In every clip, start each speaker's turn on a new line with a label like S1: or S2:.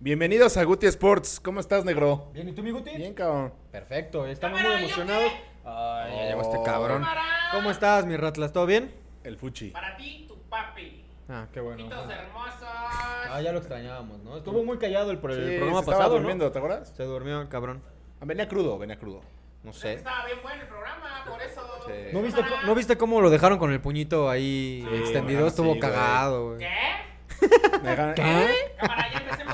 S1: Bienvenidos a Guti Sports. ¿Cómo estás, negro?
S2: Bien, ¿y tú, mi Guti?
S1: Bien, cabrón.
S2: Perfecto, estamos muy
S3: Cámara, ¿yo
S2: emocionados.
S3: qué?
S2: Ay, ya
S1: Oh.
S2: llegó este cabrón.
S3: Cámara.
S2: ¿Cómo estás, mi Ratlas? ¿Todo bien?
S1: El Fuchi.
S3: Para ti, tu papi.
S2: Ah, qué bueno.
S3: Pitos hermosos.
S2: Ah, ya lo extrañábamos, ¿no? Estuvo muy callado el, pro- el
S1: Sí,
S2: programa
S1: se estaba
S2: pasado,
S1: durmiendo,
S2: ¿no?
S1: ¿te acuerdas?
S2: Se durmió el cabrón.
S1: Ah, Venía crudo, venía crudo.
S2: No
S3: Es que
S2: sé.
S3: Estaba bien bueno el programa, por eso.
S1: Sí.
S2: ¿No viste,
S3: Cámara.
S2: ¿No viste cómo lo dejaron con el puñito ahí
S1: Sí,
S2: extendido?
S1: bueno,
S2: Estuvo
S1: sí, güey.
S2: cagado, güey.
S3: ¿Qué?
S1: Me dejaron-
S2: ¿Qué?
S3: Cámara, ya empecemos.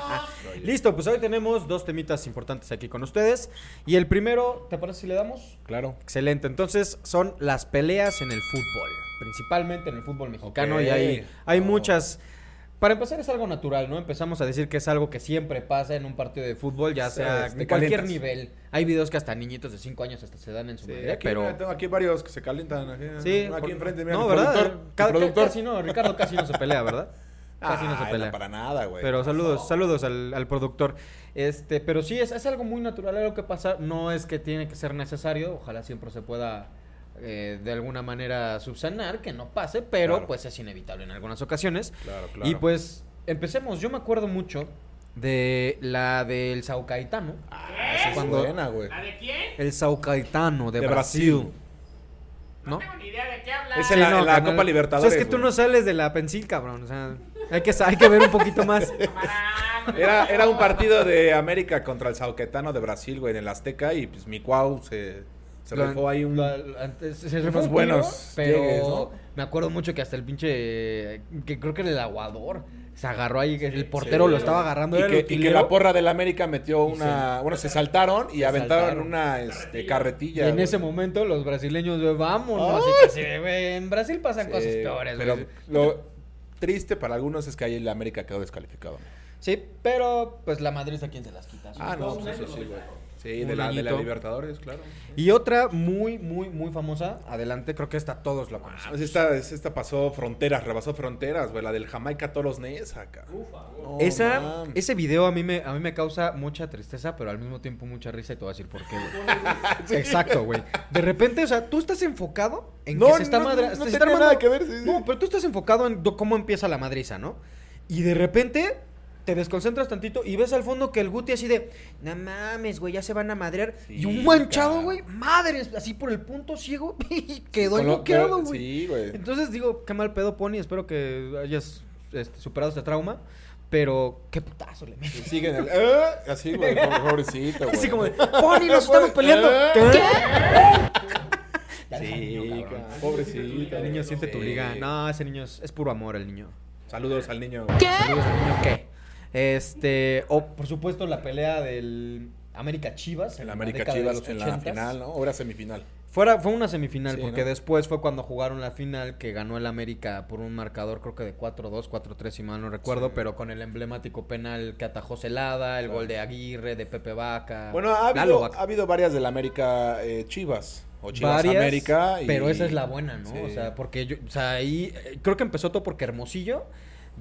S2: Listo, pues hoy tenemos dos temitas importantes aquí con ustedes. Y el primero, ¿te parece si le damos?
S1: Claro.
S2: Excelente, entonces son las peleas en el fútbol, principalmente en el fútbol mexicano
S1: Ok.
S2: y hay, hay
S1: Oh.
S2: muchas... Para empezar es algo natural, ¿no? Empezamos a decir que es algo que siempre pasa en un partido de fútbol, ya
S1: Sí,
S2: sea
S1: te
S2: en cualquier
S1: calientas.
S2: nivel. Hay videos que hasta niñitos de 5 años hasta se dan en su
S1: Sí,
S2: madre,
S1: aquí, mira,
S2: pero...
S1: tengo aquí varios que se calientan. Aquí,
S2: Sí,
S1: aquí
S2: por-
S1: enfrente, mira.
S2: no,
S1: mi
S2: ¿verdad?
S1: productor, mi
S2: Ca- ca-
S1: productor.
S2: Casi no, Ricardo casi no se pelea, ¿verdad? Casi no
S1: Ay,
S2: se pelea.
S1: para nada, güey.
S2: Pero saludos, saludos al, al productor. Este, pero sí, es, es algo muy natural algo que pasa. No es que tiene que ser necesario. Ojalá siempre se pueda eh, de alguna manera subsanar, que no pase, pero
S1: Claro.
S2: pues es inevitable en algunas ocasiones.
S1: Claro, claro.
S2: Y pues, empecemos. Yo me acuerdo mucho de la del Saucaitano.
S1: Ah, esa es
S2: Cuando-
S1: buena, güey.
S3: ¿La de quién?
S2: El Saucaitano de,
S1: De
S2: Brasil.
S1: Brasil.
S3: No,
S2: ¿No?
S3: tengo ni idea de qué hablas.
S1: Es en la- en la
S2: carnal.
S1: Copa Libertadores,
S2: O sea, es que tú
S1: güey.
S2: no sales de la pensil, cabrón. O sea, hay que, sa- hay que ver un poquito más.
S3: Cámara, no me
S1: Era, era un
S3: acuerdo.
S1: partido de América contra el Sauquetano de Brasil, güey, en el Azteca. Y pues mi cuau se, se
S2: Lo-
S1: rifó ahí un.
S2: lo- lo- antes- se
S1: unos
S2: rifó un
S1: buenos
S2: tiro, pero
S1: llegues, ¿no?
S2: me acuerdo mucho que hasta el pinche que creo que era el aguador se agarró ahí que el portero
S1: sí.
S2: lo estaba agarrando
S1: Y
S2: era el
S1: que, y que
S2: utilero,
S1: la porra del América metió
S2: Y
S1: una. Bueno, se saltaron y aventaron
S2: saltaron.
S1: una este,
S2: y
S1: carretilla.
S2: en
S1: güey.
S2: ese momento los brasileños de vámonos y que se- güey, en Brasil pasan
S1: Sí,
S2: cosas peores
S1: Pero
S2: güey.
S1: lo triste para algunos es que ahí el América quedó descalificado.
S2: sí pero pues la Madrid es a quien se las quita ¿sí?
S1: Ah, no, pues eso sí, güey. Sí, de la, de la
S2: leñito.
S1: Libertadores, claro.
S2: y otra muy muy muy famosa adelante creo que esta todos la conocen
S1: Ah, pues esta, es- esta pasó fronteras, rebasó fronteras, güey. La del Jamaica Toros Nesa, acá. No,
S2: Esa,
S1: man.
S2: ese video a mí, me, a mí me causa mucha tristeza, pero al mismo tiempo mucha risa y te voy a decir por qué, güey. Exacto, güey. De repente, o sea, tú estás enfocado en
S1: No,
S2: que se está
S1: no,
S2: madre...
S1: no, no
S2: se
S1: tenía
S2: armando-
S1: nada que ver, sí, sí.
S2: No, pero tú estás enfocado en do- cómo empieza la madriza, ¿no? Y de repente te desconcentras tantito y ves al fondo que el Guti así de... No mames, güey, ya se van a madrear. y
S1: Sí,
S2: un manchado,
S1: cabrón.
S2: güey, madres, así por el punto ciego y quedó
S1: Con lo-
S2: bloqueado,
S1: pero-
S2: güey.
S1: Sí, güey.
S2: Entonces digo, qué mal pedo, Pony. Espero que hayas este, superado este trauma. Pero qué putazo le metes.
S1: Siguen el. "Eh", Así, güey. Pobrecito, güey.
S2: Así como de, Pony, nos estamos peleando.
S1: Eh.
S2: ¿Qué?
S1: Sí, cabrón. pobrecito.
S2: El niño siente tu
S1: Sí.
S2: liga. No, ese niño es, es puro amor, el niño.
S1: Saludos al niño.
S2: Saludos al niño, ¿qué? Este, o por supuesto la pelea del América Chivas.
S1: El
S2: la
S1: América
S2: década de
S1: Chivas
S2: los
S1: en la
S2: 80s.
S1: final, ¿no? O era semifinal.
S2: Fuera, fue una semifinal,
S1: Sí,
S2: porque
S1: ¿no?
S2: después fue cuando jugaron la final que ganó el América por un marcador, creo que de 4-2, 4-3, si mal no recuerdo,
S1: Sí.
S2: pero con el emblemático penal que atajó Celada, el
S1: Claro.
S2: gol de Aguirre, de Pepe Vaca.
S1: Bueno, ha
S2: Ah, Lalo
S1: habido,
S2: Vaca.
S1: ha habido varias del América eh, Chivas. O Chivas
S2: Varias,
S1: América. y-
S2: Pero esa es la buena, ¿no?
S1: Sí.
S2: O sea, porque yo, o sea, ahí eh, creo que empezó todo porque Hermosillo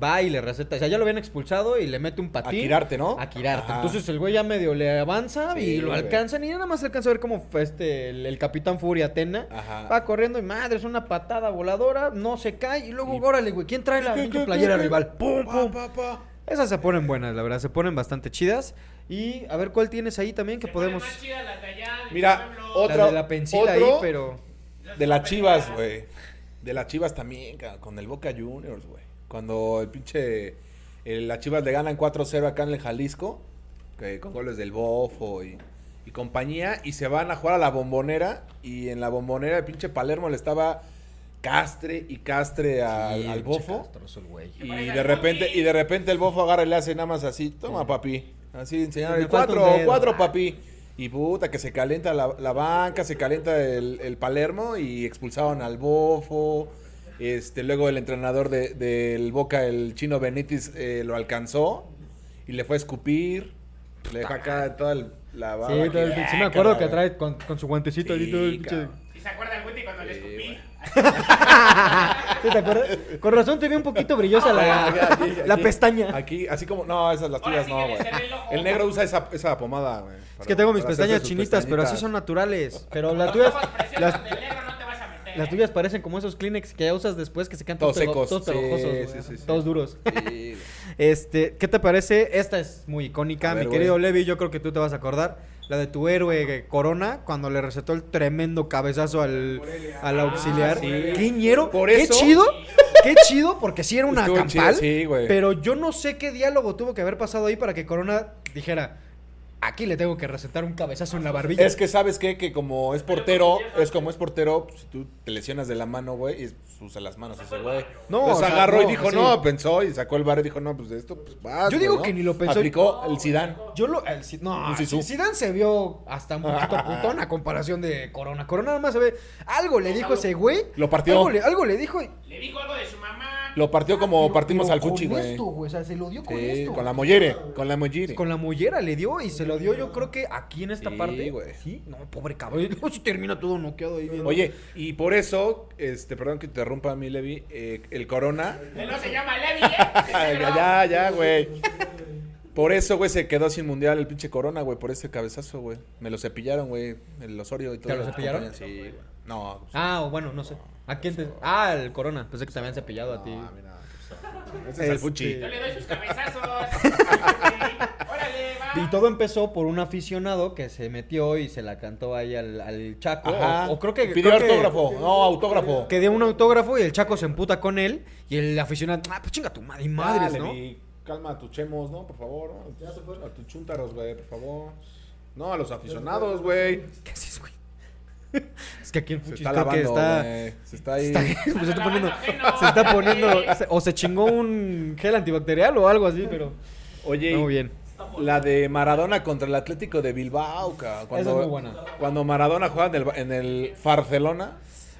S2: va y le receta, o sea, ya lo habían expulsado y le mete un patín.
S1: A Quirarte, ¿no?
S2: A Quirarte.
S1: Ajá.
S2: Entonces el güey ya medio le avanza
S1: Sí,
S2: y lo
S1: güey.
S2: alcanzan y nada más alcanza a ver cómo fue este, el, el Capitán Furia Atena.
S1: Ajá.
S2: Va corriendo y madre, es una patada voladora, no se cae y luego,
S1: Y-
S2: órale, güey, ¿quién trae la pinche playera rival? ¡Pum,
S1: Pa,
S2: pum!
S1: pa, pa.
S2: Esas se ponen buenas, la verdad, se ponen bastante chidas. Y a ver cuál tienes ahí también que
S3: Se
S2: podemos...
S3: ponen más chidas las de allá, de
S1: Mira, oh.
S3: mi pueblo.
S1: otra-
S2: La de la pensila ahí,
S1: otro-
S2: pero...
S1: De las Chivas, güey. De las Chivas también, ca- con el Boca Juniors, güey. Cuando el pinche. el- las Chivas le ganan 4-0 acá en el Jalisco. que con goles del Bofo y, y compañía. Y se van a jugar a la Bombonera. Y en la Bombonera, el pinche Palermo le estaba castre y castre a-
S2: Sí,
S1: al
S2: pinche
S1: Bofo.
S2: castroso el güey.
S1: Y de repente, y de repente el bofo agarra y le hace nada más así, toma papi. Así enseñar
S2: Me
S1: el
S2: falta un
S1: cuatro,
S2: dedo.
S1: cuatro papi. Y puta, que se calienta la, la banca, se calienta el, el Palermo y expulsaron al bofo. Este, luego el entrenador de- del Boca, el chino Benítez, eh, lo alcanzó y le fue a escupir. Le dejó acá toda el- la baba
S2: Sí,
S1: aquí.
S2: todo el pinche- sí
S1: Ah,
S2: me acuerdo que trae con, con su guantecito ahí
S1: Sí,
S2: todo el pinche-
S1: cabrón.
S3: ¿Y se acuerda el Guti cuando le escupí?
S2: ¿Sí te acuerdas? Con razón te vi un poquito brillosa la,
S1: Aquí, aquí,
S2: la
S1: aquí.
S2: pestaña.
S1: Aquí, así como. No, esas las
S3: Ahora
S1: tuyas
S3: sí
S1: no,
S3: que le
S1: güey.
S3: cerré el ojo.
S1: El negro usa esa, esa pomada, güey.
S2: Es
S1: para-
S2: que tengo mis
S1: para
S2: pestañas
S1: hacerse sus
S2: chinitas, pero así
S1: pestañitas.
S2: son naturales. Pero las
S3: Las
S2: tuyas,
S3: tuyas.
S2: las,
S3: del negro no te vas a meter.
S2: las tuyas parecen como esos Kleenex que usas después que se quedan
S1: Todos
S2: pego-
S1: secos.
S2: todos
S1: Sí,
S2: pegajosos,
S1: sí,
S2: güey,
S1: sí, sí.
S2: todos duros.
S1: Sí, güey.
S2: Este, ¿qué te parece? Esta es muy icónica,
S1: A
S2: mi
S1: ver,
S2: querido
S1: güey.
S2: Levi, yo creo que tú te vas a acordar. La de tu héroe eh, Corona, cuando le recetó el tremendo cabezazo al, al auxiliar.
S1: Ah, sí.
S2: ¡Qué ñero!
S1: Por
S2: ¡Qué
S1: eso-
S2: chido! ¡Qué chido! Porque sí era una
S1: Estuvo chido,
S2: campal.
S1: sí, güey.
S2: pero yo no sé qué diálogo tuvo que haber pasado ahí para que Corona dijera: Aquí le tengo que recetar un cabezazo en la barbilla.
S1: Es que sabes qué, que como es portero, es como es portero, pues, si tú te lesionas de la mano, güey, y pues, usa las manos ese güey.
S2: No,
S1: Entonces
S2: o sea,
S1: agarró
S2: no,
S1: y dijo,
S2: sí.
S1: no, pensó y sacó el barrio y dijo, no, pues de esto, pues vas.
S2: Yo
S1: güey,
S2: digo
S1: ¿no?
S2: que ni lo pensó.
S1: Aplicó el Zidane.
S2: Yo lo. el Zid- no,
S1: Un Zizou.
S2: Zidane se vio hasta un poquito putón a comparación de Corona. Corona nada más se ve. Algo le dijo ese güey.
S1: Lo partió.
S2: Algo le, algo le dijo. y-
S3: Le dijo algo de su mamá.
S1: Lo partió como
S2: Pero-
S1: partimos
S2: pero
S1: al Cuchi,
S2: Con
S1: güey.
S2: esto, güey. O sea, se lo dio con
S1: Sí,
S2: esto.
S1: con la mollere, con la mollere.
S2: Con la mollera le dio y se lo dio, yo creo que aquí en esta
S1: Sí,
S2: parte.
S1: güey.
S2: Sí, no, pobre cabrón. No, se termina todo noqueado ahí. viendo.
S1: Oye, y por eso, este, perdón que te interrumpa a mí, Levi, eh, el Corona.
S3: Él no se llama Levi, ¿eh? Ese
S1: Ay,
S3: negro.
S1: ya, ya, ya, güey. Por eso, güey, se quedó sin mundial el pinche Corona, güey, por ese cabezazo, güey. Me lo cepillaron, güey, el Osorio y todo.
S2: lo
S1: las
S2: cepillaron?
S1: compañías, Sí, güey. No, pues,
S2: Ah, o bueno, no sé. ¿A quién te.? Ah, el Corona. Pensé que te habían cepillado a ti.
S1: no, a mí no, pues, Ese es el
S2: Este-
S1: Fuchi.
S3: Yo le doy sus cabezazos. Órale, va.
S2: Y todo empezó por un aficionado que se metió y se la cantó ahí al, al Chaco.
S1: Ajá.
S2: O, o creo que.
S1: Pidió
S2: creo que-
S1: autógrafo. No, autógrafo.
S2: Que dio un autógrafo y el Chaco se emputa con él. Y el aficionado. Ah, pues chinga tu madre, y madres,
S1: Dale,
S2: ¿no?
S1: mi, calma a tus chemos, ¿no? Por favor. ¿no? A tus chúntaros, güey, por favor. No, a los aficionados, güey.
S2: ¿Qué haces, güey? es que aquí el
S1: Se
S2: Fuchis
S1: está
S2: creo que
S1: lavando,
S2: está.
S1: güey. Se está ahí.
S2: está- pues, se está poniendo.
S3: Ajeno.
S2: Se está poniendo. se- O se chingó un gel antibacterial o algo así, pero.
S1: Oye,
S2: No,
S1: y
S2: bien.
S1: la de Maradona contra el Atlético de Bilbao, ca- cuando,
S2: muy buena.
S1: Cuando Maradona juega en el, en el Barcelona.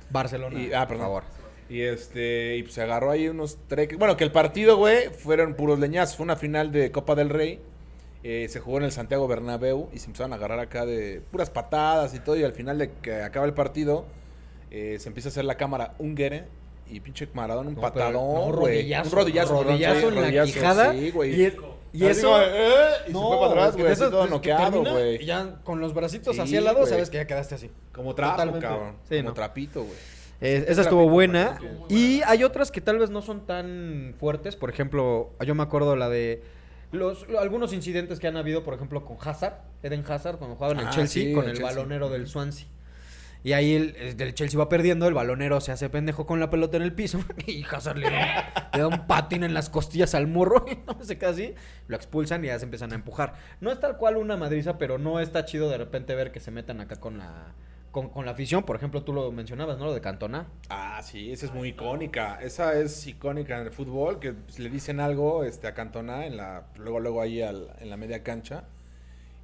S2: Barcelona.
S1: Y, ah, perdón. Y este, y pues se agarró ahí unos tres. Bueno, que el partido, güey, fueron puros leñazos. Fue una final de Copa del Rey. Eh, se jugó en el Santiago Bernabéu y se empezaron a agarrar acá de puras patadas y todo. Y al final de que acaba el partido, eh, se empieza a hacer la cámara húngara y pinche Maradona un
S2: No, pero-
S1: patadón,
S2: no,
S1: güey.
S2: rodillazo,
S1: un rodillazo, perdón,
S2: rodillazo
S1: sí,
S2: en la
S1: rodillazo,
S2: quijada,
S1: sí, güey.
S2: y el- y
S1: Así
S2: eso-
S1: como de, "Eh", y se fue para atrás,
S2: que
S1: güey.
S2: de
S1: así
S2: esas-
S1: todo
S2: de que
S1: noqueado,
S2: termina
S1: güey.
S2: y Ya con los bracitos
S1: Sí,
S2: hacia el lado,
S1: güey.
S2: sabes que ya quedaste así.
S1: Como trapo,
S2: Totalmente.
S1: cabrón.
S2: Sí,
S1: como
S2: no.
S1: trapito, güey.
S2: Eh, esa estuvo buena. Y hay otras que tal vez no son tan fuertes. Por ejemplo, yo me acuerdo la de los lo- algunos incidentes que han habido, por ejemplo, con Hazard, Eden Hazard, cuando jugaba en el
S1: Ah,
S2: Chelsea,
S1: sí,
S2: con
S1: el
S2: el
S1: Chelsea.
S2: balonero del Swansea. Y ahí el, el del Chelsea va perdiendo, el balonero se hace pendejo con la pelota en el piso y Hazard le da, le da un patín en las costillas al morro y no se queda así, lo expulsan y ya se empiezan a empujar. No es tal cual una madriza, pero no está chido de repente ver que se metan acá con la con, con la afición. Por ejemplo, tú lo mencionabas, ¿no? Lo de Cantona.
S1: Ah, sí, esa es muy icónica. Esa es icónica en el fútbol, que pues, le dicen algo este, a Cantona, en la, luego, luego ahí al- en la media cancha.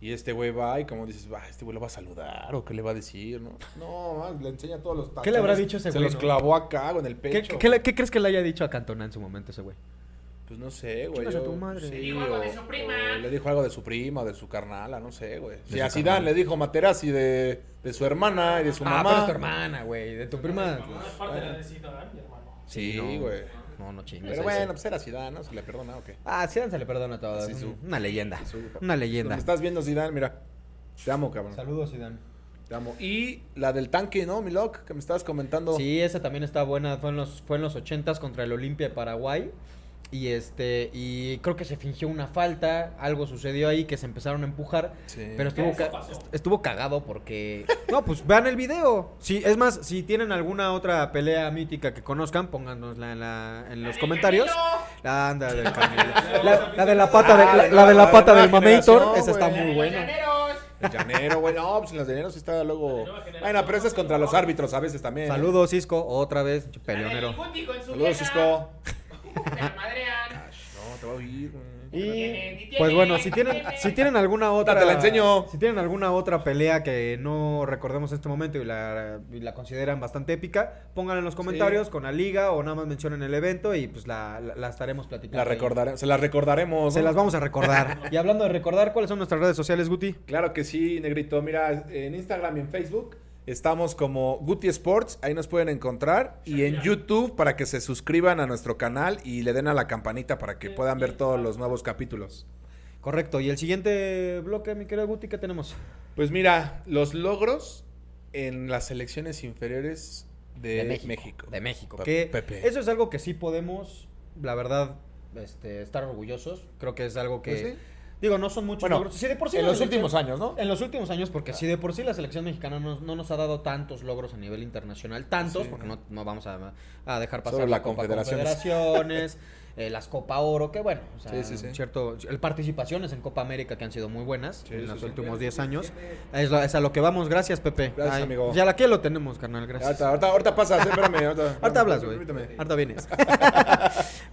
S1: Y este güey va y como dices, "Ah, este güey lo va a saludar o qué le va a decir, ¿no? No, man, le enseña todos los
S2: ¿Qué le habrá
S1: tacones,
S2: dicho ese
S1: Se
S2: güey,
S1: los
S2: no?
S1: clavó acá o en el
S2: ¿Qué,
S1: pecho.
S2: qué le- qué crees que le haya dicho a Cantona en su momento ese güey?
S1: Pues no sé, güey.
S2: Chingas a
S1: yo-
S2: tu madre.
S1: sí,
S3: Le dijo algo
S1: o-
S3: de su prima.
S1: o Le dijo algo de su prima o de su carnala, no sé, güey. Si
S2: su
S1: a Zidane
S2: carnala.
S1: le dijo Materazzi de, de su hermana y de su
S2: Ah, pero
S1: mamá. Ah,
S2: es tu hermana, güey. De tu prima.
S4: No es parte de la
S3: ¿eh?
S4: necesidad, mi hermano.
S1: Sí,
S2: no.
S1: güey.
S2: No, no chingues.
S1: Pero
S2: ahí
S1: bueno,
S2: sí.
S1: pues era Zidane, ¿no? Se le perdona, ¿o qué?
S2: Ah, Zidane se le perdona todo.
S1: Sí,
S2: es
S1: su-
S2: Una leyenda.
S1: Sí, su-
S2: Una
S1: Me
S2: leyenda.
S1: estás viendo, Zidane, mira. Te amo, cabrón.
S2: Saludos, Zidane.
S1: Te amo. Y la del tanque, ¿no, mi Loc? Que me estabas comentando.
S2: Sí, esa también está buena. Fue en los, fue en los 80 contra el Olimpia de Paraguay. Y este, y creo que se fingió una falta, algo sucedió ahí que se empezaron a empujar,
S1: Sí.
S2: pero estuvo,
S4: Eso
S2: ca-
S4: pasó.
S2: est- estuvo cagado porque no, pues vean el video. Sí, es más, si tienen alguna otra pelea mítica que conozcan, pónganosla en, la- en
S3: La
S2: los
S3: de
S2: comentarios.
S3: Canelo.
S2: La anda del Canelo. La, la de la pata de, la, la de la pata del Mamator, esa está
S3: La de
S2: muy
S3: los
S2: buena.
S3: llaneros.
S1: En llanero, güey. No, pues en los llaneros sí está luego.
S4: nueva generación.
S1: Bueno, pero eso es contra los árbitros a veces también. ¿eh?
S2: Saludos, Cisco, otra vez,
S3: La del
S2: peleonero.
S3: Injuti con su
S1: Saludos,
S3: vieja.
S1: Cisco.
S3: Se la madrean.
S1: No, te va a oír, güey.
S2: Y
S3: tiene, ni
S2: pues
S3: tiene,
S2: bueno, si
S3: ni
S2: tienen,
S3: tiene.
S2: si tienen alguna otra.
S1: te la enseño.
S2: Si tienen alguna otra pelea que no recordemos en este momento y la, y la consideran bastante épica, pónganla en los comentarios con la liga o nada más mencionen el evento y pues la, la- la estaremos platicando.
S1: La
S2: ahí.
S1: recordaremos. Se las recordaremos.
S2: Se
S1: ¿no?
S2: las vamos a recordar. y hablando de recordar, ¿cuáles son nuestras redes sociales, Guti?
S1: Claro que sí, Negrito. Mira, en Instagram y en Facebook estamos como Guti Sports. Ahí nos pueden encontrar. Y en YouTube para que se suscriban a nuestro canal y le den a la campanita para que puedan ver todos los nuevos capítulos.
S2: Correcto. Y el siguiente bloque, mi querido Guti, ¿qué tenemos?
S1: Pues mira, los logros en las selecciones inferiores de, México.
S2: De México.
S1: Pe-
S2: que
S1: Pepe.
S2: eso es algo que sí podemos, la verdad, este, estar orgullosos. Creo que es algo que...
S1: Pues sí.
S2: Digo, no son muchos
S1: Bueno,
S2: logros. Sí, de por sí
S1: en
S2: la
S1: los
S2: selección-
S1: últimos años, ¿no?
S2: En los últimos años, porque si de por sí la selección mexicana no, no nos ha dado tantos logros a nivel internacional, tantos,
S1: Sí,
S2: porque
S1: no.
S2: no, no vamos a, a dejar pasar
S1: Solo la
S2: Copa
S1: Confederaciones.
S2: Confederaciones, eh, las Copa Oro, que bueno, o sea,
S1: Sí, sí, sí.
S2: cierto, el- participaciones en Copa América que han sido muy buenas
S1: Sí,
S2: en
S1: sí,
S2: los
S1: sí.
S2: últimos 10 años. Es, lo- es a lo que vamos, gracias Pepe. pues
S1: Gracias, amigo.
S2: Ya la que lo tenemos, carnal, gracias.
S1: Ahorita, ahorita, ahorita pasas, eh, espérame. Ahorita,
S2: Harta hablas, güey.
S1: Permíteme.
S2: Harta vienes.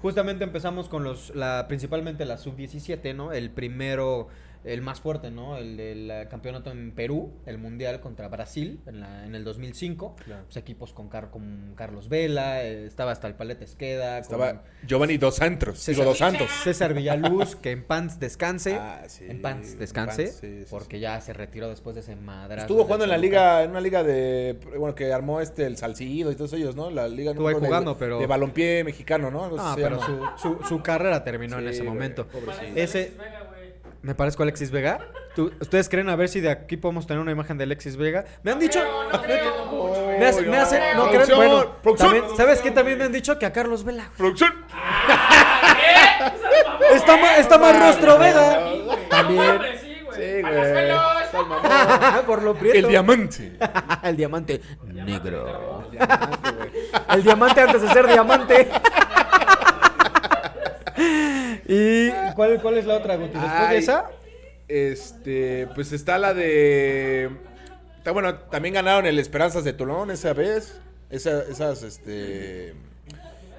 S2: Justamente empezamos con los, la, principalmente la sub-17, ¿no? El primero, el más fuerte, ¿no? El del eh, campeonato en Perú, el mundial contra Brasil en, la- en el 2005.
S1: Claro.
S2: Pues equipos con, Car- con Carlos Vela, eh, estaba hasta el Paleta Esqueda.
S1: Estaba
S2: con
S1: Giovanni Dos Santos. Digo,
S2: César,
S1: Dos Santos.
S2: César Villaluz, que en Pants descanse.
S1: Ah, sí,
S2: en Pants
S1: en
S2: descanse,
S1: Pants, sí, sí,
S2: porque ya se retiró después de ese madrazo.
S1: Estuvo
S2: del
S1: jugando en la
S2: Toluca.
S1: liga, en una liga de, bueno, que armó este, el Salcido y todos ellos, ¿no? La liga no
S2: Estuvo
S1: me
S2: ahí
S1: acuerdo,
S2: jugando,
S1: de,
S2: pero-
S1: de balompié mexicano, ¿no? Algo así
S2: Ah,
S1: se
S2: pero
S1: llama.
S2: su, su, su carrera terminó en
S1: Sí,
S2: ese
S1: güey,
S2: momento.
S1: pobrecito.
S2: Ese-
S3: Pues
S4: Alexis Vega, güey.
S2: Me parezco a Alexis Vega. ¿Tú- ¿Ustedes creen a ver si de aquí podemos tener una imagen de Alexis Vega? Me han dicho.
S3: creo, no creo mucho,
S2: Me hace- me hacen- no creen,
S1: Producción,
S2: bueno,
S1: producción.
S2: también- ¿Sabes qué? También me han dicho que a Carlos Vela. güey.
S1: Producción.
S2: Está, ma- está más
S1: mames,
S2: rostro
S1: no.
S2: Vega.
S4: No,
S2: También.
S4: hombre, sí, güey.
S1: Sí, güey.
S3: Palazuelos.
S1: Estás mamón.
S2: Por lo prieto.
S1: El diamante.
S2: El diamante
S4: Ya
S2: negro.
S4: mataste,
S1: diamante, güey.
S2: El diamante antes de ser diamante. ¿Y cuál, cuál es la otra, Guti? ¿Después de
S1: Ay,
S2: esa?
S1: Este, pues está la de. Está bueno, también ganaron el Esperanzas de Tulón esa vez. Esa- esas, este.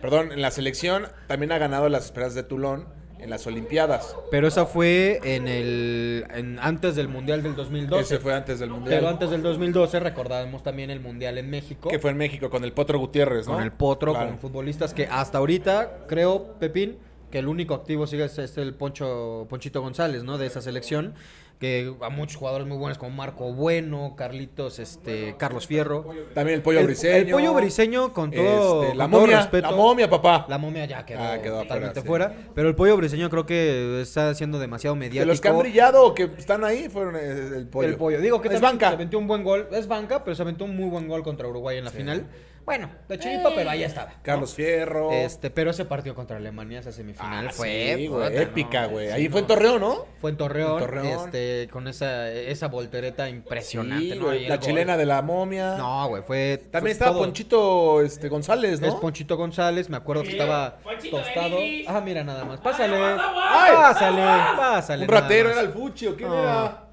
S1: Perdón, en la selección también ha ganado las Esperanzas de Tulón en las Olimpiadas.
S2: Pero esa fue en el en- antes del Mundial del 2012.
S1: Ese fue antes del
S2: Pero
S1: Mundial.
S2: antes del 2012 recordábamos también el Mundial en México.
S1: Que fue en México con el Potro Gutiérrez, ¿no?
S2: Con el Potro,
S1: Claro.
S2: con futbolistas que hasta ahorita, creo, Pepín, que el único activo sigue es, es el Poncho, Ponchito González, ¿no? De esa selección. Que a muchos jugadores muy buenos como Marco Bueno, Carlitos, este, Carlos Fierro.
S1: También el Pollo
S2: El-
S1: Briseño.
S2: el Pollo Briseño, con todo-
S1: Este, la
S2: con todo
S1: momia,
S2: respeto.
S1: La momia, papá.
S2: La momia ya quedó,
S1: Ah, quedó
S2: totalmente
S1: afuera,
S2: fuera,
S1: sí.
S2: Pero el pollo briseño creo que está siendo demasiado mediático.
S1: de los que han brillado o que están ahí fueron eh, el pollo.
S2: El pollo. Digo que
S1: es
S2: también se
S1: banca.
S2: aventó un buen gol. Es banca, pero se aventó un muy buen gol contra Uruguay en la final. Bueno, de chiripa,
S1: Eh.
S2: pero ahí estaba. ¿no?
S1: Carlos Fierro.
S2: Este, pero ese partido contra Alemania, esa semifinal,
S1: Ah,
S2: fue
S1: sí, güey,
S2: puta, no,
S1: épica, güey.
S2: sí,
S1: ahí
S2: no.
S1: fue en Torreón, ¿no?
S2: Fue en Torreón,
S1: En Torreón.
S2: este, con esa, esa voltereta impresionante,
S1: Sí,
S2: ¿no?
S1: güey,
S2: Ahí
S1: la
S2: el gol.
S1: chilena de la momia.
S2: No, güey, fue. fue
S1: También estaba
S2: todo.
S1: Ponchito este, González, ¿no?
S2: Es Ponchito González, me acuerdo que
S3: Sí.
S2: estaba
S3: Ponchito de
S2: tostado.
S3: Nigris.
S2: Ah, mira nada más. Pásale.
S1: ¡Ay!
S2: Pásale, pásale.
S1: Un
S2: nada
S1: ratero,
S2: más. Ah,
S1: era el Fuchi, ¿o quién
S2: No.
S1: era?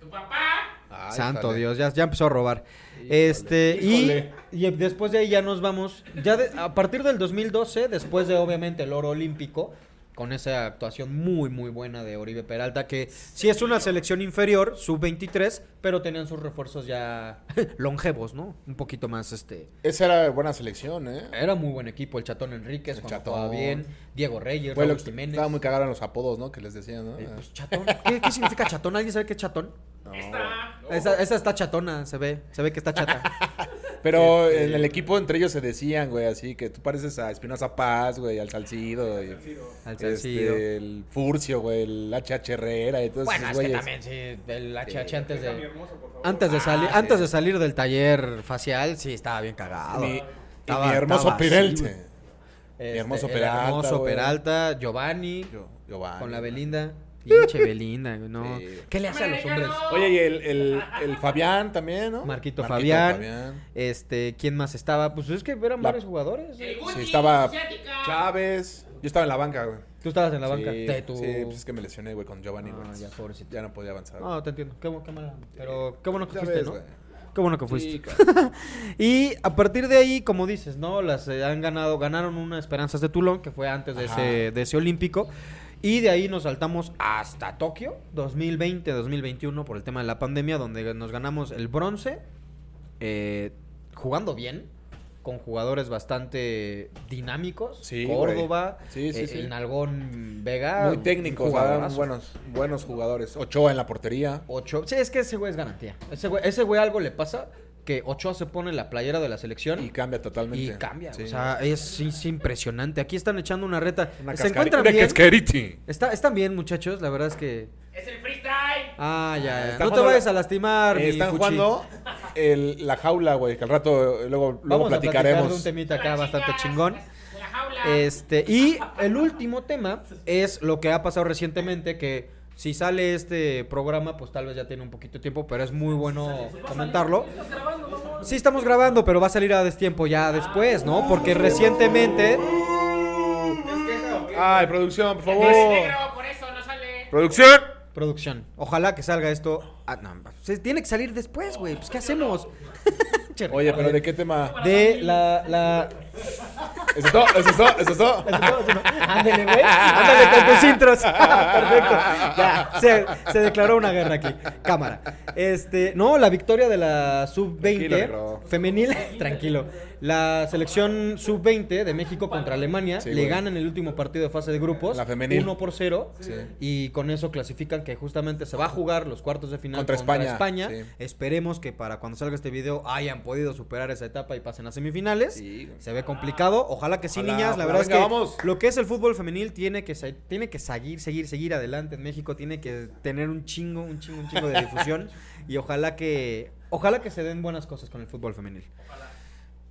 S3: Tu papá.
S1: Ay,
S2: Santo
S1: jale.
S2: Dios, ya, ya empezó a robar. Este,
S1: Híjole.
S2: Y, y después de ahí ya nos vamos. Ya de- a partir del 2012, después de obviamente el oro olímpico, con esa actuación muy, muy buena de Oribe Peralta, que sí es una selección inferior, sub-23, pero tenían sus refuerzos ya longevos, ¿no? Un poquito más, este.
S1: Esa era buena selección, ¿eh?
S2: Era muy buen equipo, el Chatón Enríquez,
S1: El
S2: cuando
S1: Chatón.
S2: jugaba bien, Diego Reyes,
S1: Fue lo
S2: Raúl
S1: que
S2: Jiménez.
S1: estaba muy cagado en los apodos, ¿no? Que les decían, ¿no? Ah,
S2: Eh, pues, chatón. ¿Qué, qué significa chatón? ¿Alguien sabe qué es chatón?
S1: No.
S3: Está.
S2: Esa, esa está chatona, se ve, se ve que está chata.
S1: Pero
S2: Este,
S1: en el equipo entre ellos se decían, güey, así que tú pareces a Espinosa Paz, güey, al Salcido, y,
S2: Al
S1: este,
S2: Salcido.
S1: el Furcio, güey, el HH Herrera y todos
S2: Bueno,
S1: esos
S2: Ah, es que
S1: Pues, güeyes.
S2: también, sí, el HH antes
S4: Mi
S2: de... Ah,
S4: hermoso, por favor.
S2: Antes de, salir, antes de salir del taller facial, sí, estaba bien cagado.
S1: Mi- y
S2: Estaba-
S1: mi hermoso
S2: estaba así,
S1: Pirelche.
S2: güey. Este,
S1: hermoso
S2: el
S1: Peralta,
S2: hermoso
S1: güey.
S2: Peralta, Giovanni,
S1: Yo- Giovanni.
S2: con la Belinda. Pinche Belinda, güey, no.
S1: Sí, güey.
S2: ¿Qué le hace a los hombres?
S1: Oye, y el, el, el Fabián también, ¿no?
S2: Marquito, Fabián, Este, ¿quién más estaba? Pues es que eran
S1: La-
S2: varios jugadores. ¿eh?
S3: El
S1: Sí,
S3: Guti,
S1: estaba
S3: asiática.
S1: Chávez. Yo estaba en la banca, güey.
S2: Tú estabas en la banca.
S1: Sí,
S2: Te- tú-
S1: sí, pues es que me lesioné, güey, con Giovanni,
S2: Ah,
S1: güey.
S2: ya, pobrecito.
S1: Ya no podía avanzar. güey.
S2: No, te entiendo. Qué, bu- qué mala. Pero qué bueno que
S1: Ya
S2: fuiste,
S1: ves,
S2: ¿no?
S1: güey.
S2: Qué bueno que fuiste. Y a partir de ahí, como dices, ¿no? Las eh, han ganado, ganaron una Esperanzas de Tulón, que fue antes de
S1: Ajá.
S2: ese, de ese olímpico. Y de ahí nos saltamos hasta Tokio, 2020-2021, por el tema de la pandemia, donde nos ganamos el bronce, eh, jugando bien, con jugadores bastante dinámicos.
S1: Sí,
S2: Córdoba,
S1: güey. Sí, sí,
S2: eh,
S1: sí.
S2: el Nalgón Vega.
S1: Muy técnicos,
S2: Ah, jugadorazo.
S1: eran buenos, buenos jugadores. Ochoa en la portería.
S2: Ocho. Sí, es que ese güey es garantía. Ese güey, ese güey algo le pasa que Ochoa se pone la playera de la selección
S1: Y
S2: y,
S1: cambia totalmente.
S2: cambia.
S1: Sí.
S2: O sea, es, es impresionante. Aquí están echando una reta.
S1: Una
S2: se
S1: cascari-
S2: encuentran
S1: una
S2: bien.
S1: cascariti.
S2: Está- están bien, muchachos. La verdad es que.
S3: Es el freestyle.
S2: Ah, ya, ya.
S1: Están
S2: No te
S1: jugando- Eh,
S2: vayas a lastimar. mi
S1: Están
S2: Fuchi.
S1: jugando el- la jaula, güey, que al rato eh, luego, luego
S2: Vamos a platicar de un
S1: platicaremos.
S2: temita acá
S3: Las
S2: bastante
S3: chicas,
S2: chingón.
S3: La jaula.
S2: Este, y el último tema es lo que ha pasado recientemente, que si sale este programa, pues tal vez ya tiene un poquito de tiempo, pero es muy bueno comentarlo.
S4: ¿Estás grabando, mamón? Ah,
S2: Sí estamos grabando, pero va a salir a destiempo ya después, ¿no? Porque recientemente...
S1: Ay, producción, por favor.
S3: Es negro, por eso no sale.
S1: Producción.
S2: Producción. Ojalá que salga esto... Ah, no, se tiene que salir después, güey. Pues, ¿qué hacemos? Che,
S1: Oye, pero ¿de qué tema?
S2: De la... la...
S1: ¿Es esto? ¿Es esto? ¿Es esto?
S2: Ándale, güey. Ándale con tus intros. Perfecto. Ya, se, se declaró una guerra aquí. Cámara. Este, no, la victoria de la
S1: Tranquilo,
S2: sub-20
S1: bro.
S2: femenil. Tranquilo. La selección sub-20 de México contra Alemania
S1: Sí,
S2: le
S1: güey.
S2: ganan el último partido de fase de grupos.
S1: La femenil.
S2: 1 por 0.
S1: Sí.
S2: Y con eso clasifican que justamente se va a jugar los cuartos de final
S1: Contra
S2: contra,
S1: España,
S2: España.
S1: sí.
S2: Esperemos que para cuando salga este video hayan podido superar esa etapa y pasen a semifinales.
S1: Sí, güey.
S2: Se ve complicado. Ojalá que sí,
S1: Ojalá,
S2: niñas.
S1: ojalá.
S2: La verdad es que
S1: Venga, vamos.
S2: lo que es el fútbol femenil tiene que, sa- tiene que seguir, seguir, seguir adelante en México. Tiene que tener un chingo, un chingo, un chingo de difusión. y ojalá que, ojalá que se den buenas cosas con el fútbol femenil.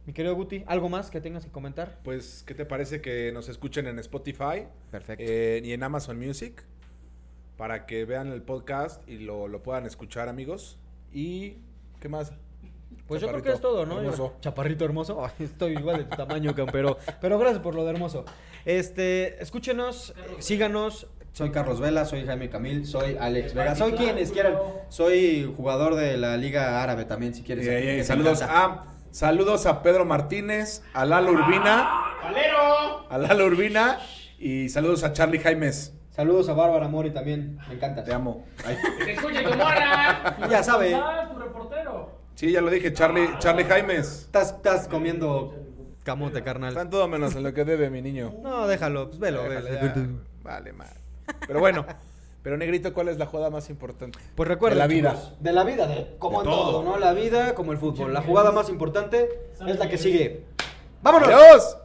S2: Mi querido Guti, ¿algo más que tengas que comentar?
S1: Pues, ¿qué te parece que nos escuchen en Spotify
S2: Perfecto.
S1: eh, y en Amazon Music? Para que vean el podcast y lo, lo puedan escuchar, amigos. ¿Y qué más?
S2: Pues yo creo
S1: Chaparrito
S2: que es todo, ¿no?
S1: hermoso.
S2: Chaparrito hermoso. Ay, estoy igual de tu tamaño, campeón. Pero, pero gracias por lo de hermoso. Este, escúchenos, eh, síganos. Soy Carlos Vela, soy Jaime Camil, soy Alex Vega, soy quienes quieran. Soy jugador de la Liga Árabe también, si quieres.
S1: Eh, eh,
S2: que te
S1: saludos,
S2: encanta.
S1: a, saludos a Pedro Martínez, a Lalo Urbina,
S3: ¡Valero!
S1: a Lalo Urbina y saludos a Charlie Jaimes.
S2: Saludos a Bárbara Mori también, me encanta.
S1: Te amo. Ay.
S3: ¡Que te escuche tu morra!
S2: Ya sabe,
S4: Ah, tu reportero.
S1: Sí, ya lo dije, Charlie, Charlie Jaimes.
S2: estás, estás comiendo camote, carnal.
S1: Están todo menos en lo que debe, mi niño.
S2: No, déjalo, pues velo.
S1: Déjale
S2: velo.
S1: ya. Vale, mal. Pero bueno, pero negrito, ¿cuál es la jugada más importante?
S2: Pues recuerda.
S1: De la vida.
S2: de la vida, de como
S1: De
S2: en todo.
S1: todo.
S2: ¿no? La vida como el fútbol. La jugada más importante es la que sigue. ¡Vámonos!
S1: ¡Adiós!